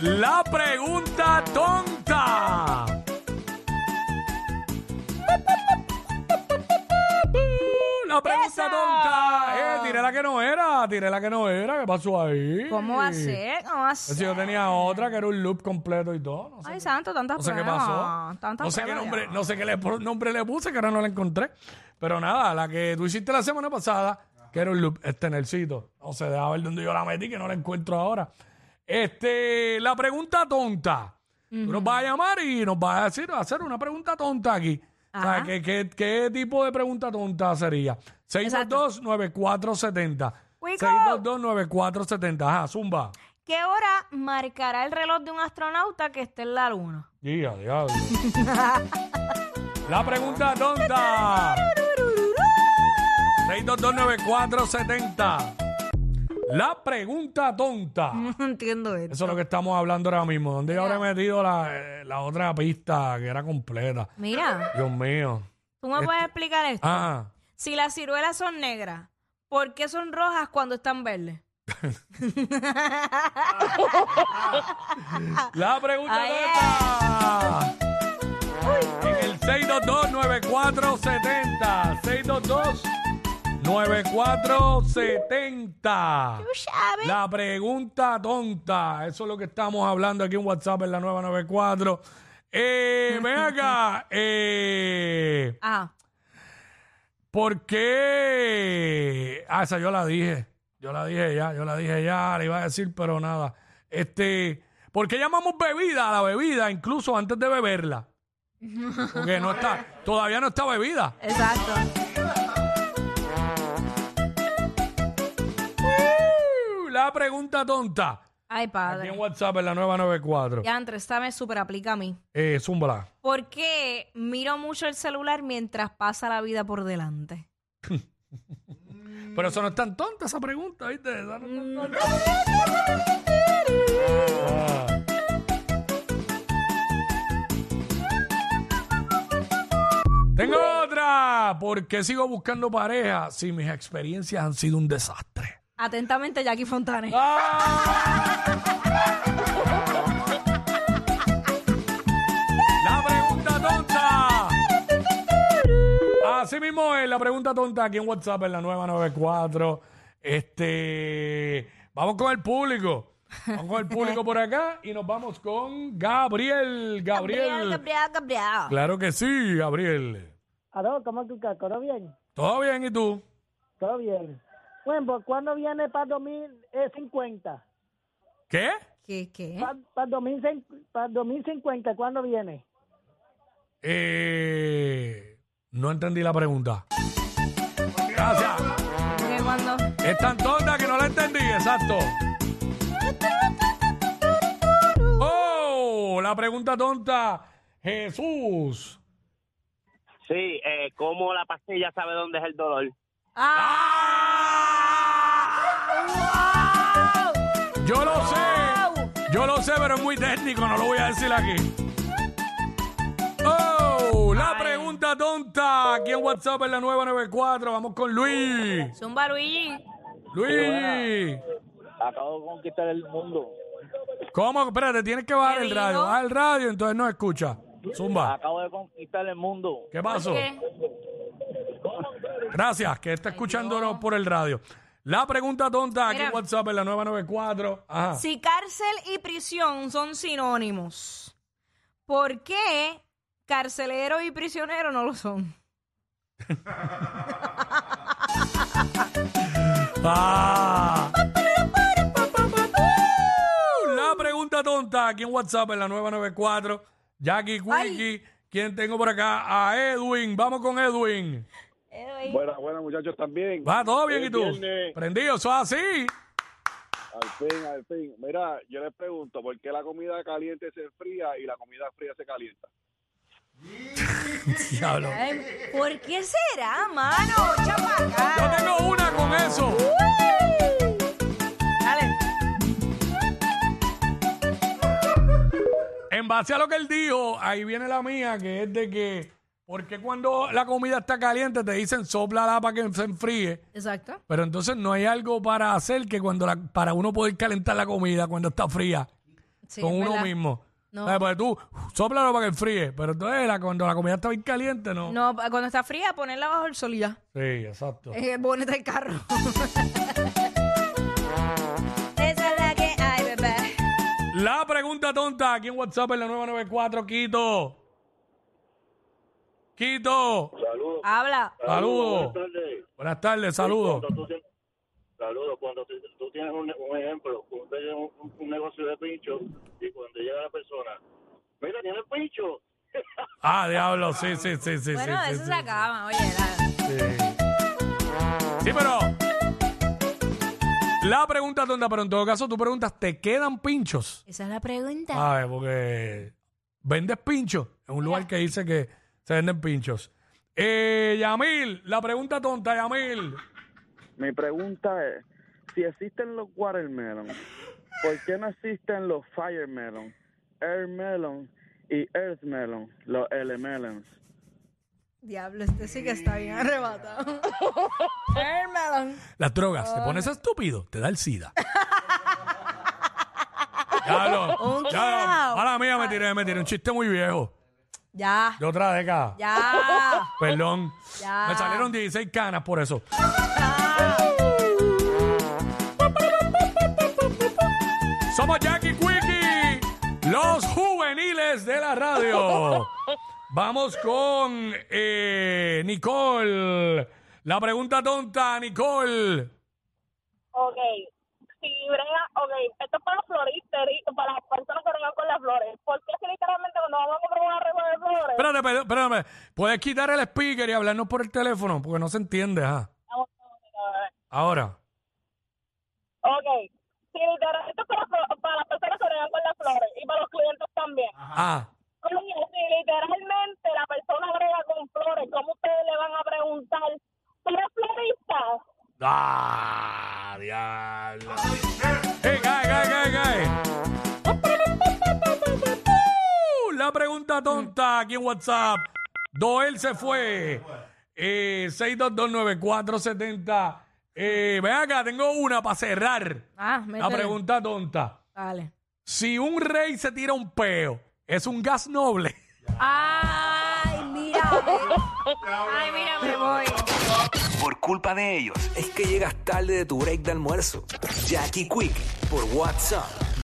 La pregunta tonta. La pregunta ¡Esa! tonta. Eh, tiré la que no era, tiré la que no era. ¿Qué pasó ahí? ¿Cómo va a ser? ¿Cómo va a Si ser? yo tenía otra que era un loop completo y todo. No sé, Ay, santo, tantas no sé qué pruebas. pasó. Tantas No sé qué pruebas nombre, ya. no sé qué le, nombre le puse, que ahora no la encontré. Pero nada, la que tú hiciste la semana pasada, que era un loop, este en el sitio. No sé, deja ver dónde yo la metí, que no la encuentro ahora. Este, la pregunta tonta. Tú nos vas a llamar y nos vas a decir, vas a hacer una pregunta tonta aquí. O sea, Ajá. ¿qué, qué, qué tipo de pregunta tonta sería? 622-9470. Cuico. 622-9470. Ajá, zumba. ¿Qué hora marcará el reloj de un astronauta que esté en la luna? Ya, diablo. La pregunta tonta. 6229470. La pregunta tonta. No entiendo esto. Eso es lo que estamos hablando ahora mismo. ¿Dónde yo habré metido la, eh, la otra pista que era completa? Mira, Dios mío. tú me Este- puedes explicar esto. Ah, Si las ciruelas son negras, ¿por qué son rojas cuando están verdes? la pregunta Ahí tonta. En el 6229470. 6229470. Tú sabes. La pregunta tonta. Eso es lo que estamos hablando aquí en WhatsApp en la 994. Eh, ven acá. Eh, Ajá. ¿Por qué? Ah, esa yo la dije. Yo la dije ya, yo la dije ya, le iba a decir, pero nada. Este, ¿por qué llamamos bebida a la bebida incluso antes de beberla? Porque no está, todavía no está bebida. Exacto. Uh, La pregunta tonta. Ay, Aquí en padre. WhatsApp en la 994. Ya, entre esta me super aplica a mí. Eh, zúmbala. ¿Por qué miro mucho el celular mientras pasa la vida por delante? Pero eso no es tan tonta esa pregunta, ¿viste? Esa no es tan tonta. Ah. Tengo otra. ¿Por qué sigo buscando pareja si mis experiencias han sido un desastre? Atentamente, Jackie Fontane. ¡Ah! La pregunta tonta. Así mismo es la pregunta tonta aquí en WhatsApp en la nueva 94. Este, vamos con el público. Vamos con el público por acá y nos vamos con Gabriel. Gabriel, Gabriel. Gabriel, Gabriel. Claro que sí, Gabriel. Aló, ¿cómo tú estás? ¿Todo bien? ¿Todo bien y tú? ¿Todo bien? Bueno, pues, ¿cuándo viene para 2050? ¿Qué? ¿Qué, qué? Para, para 2050, para 2050, ¿cuándo viene? Eh, no entendí la pregunta. Gracias. Porque cuando... Es tan tonta que no la entendí, exacto. Oh, la pregunta tonta. Jesús. Sí, eh, cómo la pastilla sabe dónde es el dolor. ¡Ah! Yo lo sé. Yo lo sé, pero es muy técnico, no lo voy a decir aquí. Oh, la Ay. pregunta tonta. Aquí en WhatsApp en la 994. Vamos con Luis. Zumba, Luigi. Luis. Acabo de conquistar el mundo. ¿Cómo? Espérate, tienes que bajar ¿Qué el dijo? radio. Baja el radio, entonces no escucha. Zumba. Acabo de conquistar el mundo. ¿Qué pasó? ¿Qué? Gracias, que está escuchándonos por el radio. La pregunta tonta aquí en Mira. WhatsApp en la 994. Ajá. Si cárcel y prisión son sinónimos, ¿por qué carcelero y prisionero no lo son? Ah. La pregunta tonta aquí en WhatsApp en la 994. Jackie Quickie, ¿quién tengo por acá? A Edwin, vamos con Edwin. Buenas, buenas muchachos también. Va todo bien y Es tú. viernes. Prendido, eso es así. Al fin, al fin. Mira, yo les pregunto, ¿por qué la comida caliente se enfría y la comida fría se calienta? Diablo. Ay, ¿Por qué será, mano? Chapaca. Yo tengo una con eso. Dale. En base a lo que él dijo, ahí viene la mía, que es de que, porque cuando la comida está caliente te dicen soplala para que se enfríe? Exacto. Pero entonces no hay algo para hacer que cuando la- para uno poder calentar la comida cuando está fría. Sí, con es uno verdad. mismo. No. ¿Sabes? Porque tú uf, sóplalo para que enfríe, pero entonces la- cuando la comida está bien caliente, no. No, pa- cuando está fría, ponerla bajo el sol y ya. Sí, exacto. Es Eh, el bonete del carro. Esa es la que hay, bebé. La pregunta tonta aquí en WhatsApp en la 994, Quito. Quito. Saludos. Habla. Saludos. Buenas tardes, saludos. Saludos, cuando tú, tú tienes un, un ejemplo, tú tienes un, un- un negocio de pincho y cuando llega la persona, mira, tiene pincho. Ah, diablo, sí, sí, sí, sí. Bueno, sí, eso sí, se sí, acaba. Oye, la- Sí. Sí, pero. La pregunta tonta, pero en todo caso tú preguntas, ¿te quedan pinchos? esa es la pregunta. A ver, porque vendes pinchos en un lugar que dice que se venden pinchos. Eh, Yamil, la pregunta tonta, Yamil. Mi pregunta es, si existen los watermelon, ¿por qué no existen los firemelon, airmelon y earthmelon, los L-melons? Diablo, este sí que está bien arrebatado. Hermelon. Las drogas, te pones estúpido, te da el SIDA. Diablo, Un diablo. clavo. Mala mía, me tiré, me tiré un chiste muy viejo. Ya, De otra década. ya. Perdón. Ya. Ah, Me salieron 16 canas por eso. Somos Jackie Quickie, los juveniles de la radio. Vamos con eh, Nicole. La pregunta tonta, Nicole. Ok, si brega, ok, esto es para los floristas y para las personas que bregan con las flores. ¿Por qué si literalmente cuando vamos a comprar una regla de flores, Espérate, espérate, espérate. ¿Puedes quitar el speaker y hablarnos por el teléfono? Porque no se entiende, ajá. Vamos a ver. Ahora. ok, si literalmente esto es para, las flo- para las personas que bregan con las flores y para los clientes también. Ah. Coño, si literalmente la persona brega con flores, ¿cómo ustedes le van a preguntar? ¿Tú eres florista? ¡Ah! ¡Diablo! ¡Eh, cae, cae, cae, cae! La pregunta tonta aquí en WhatsApp. Doel se fue. Eh, 6229470. Eh, ven acá, tengo una para cerrar. Ah, La métele. pregunta tonta. Vale. Si un rey se tira un peo, ¿es un gas noble? Ay, mira. Ay, mira, me voy. Por culpa de ellos es que llegas tarde de tu break de almuerzo. Jackie Quick por WhatsApp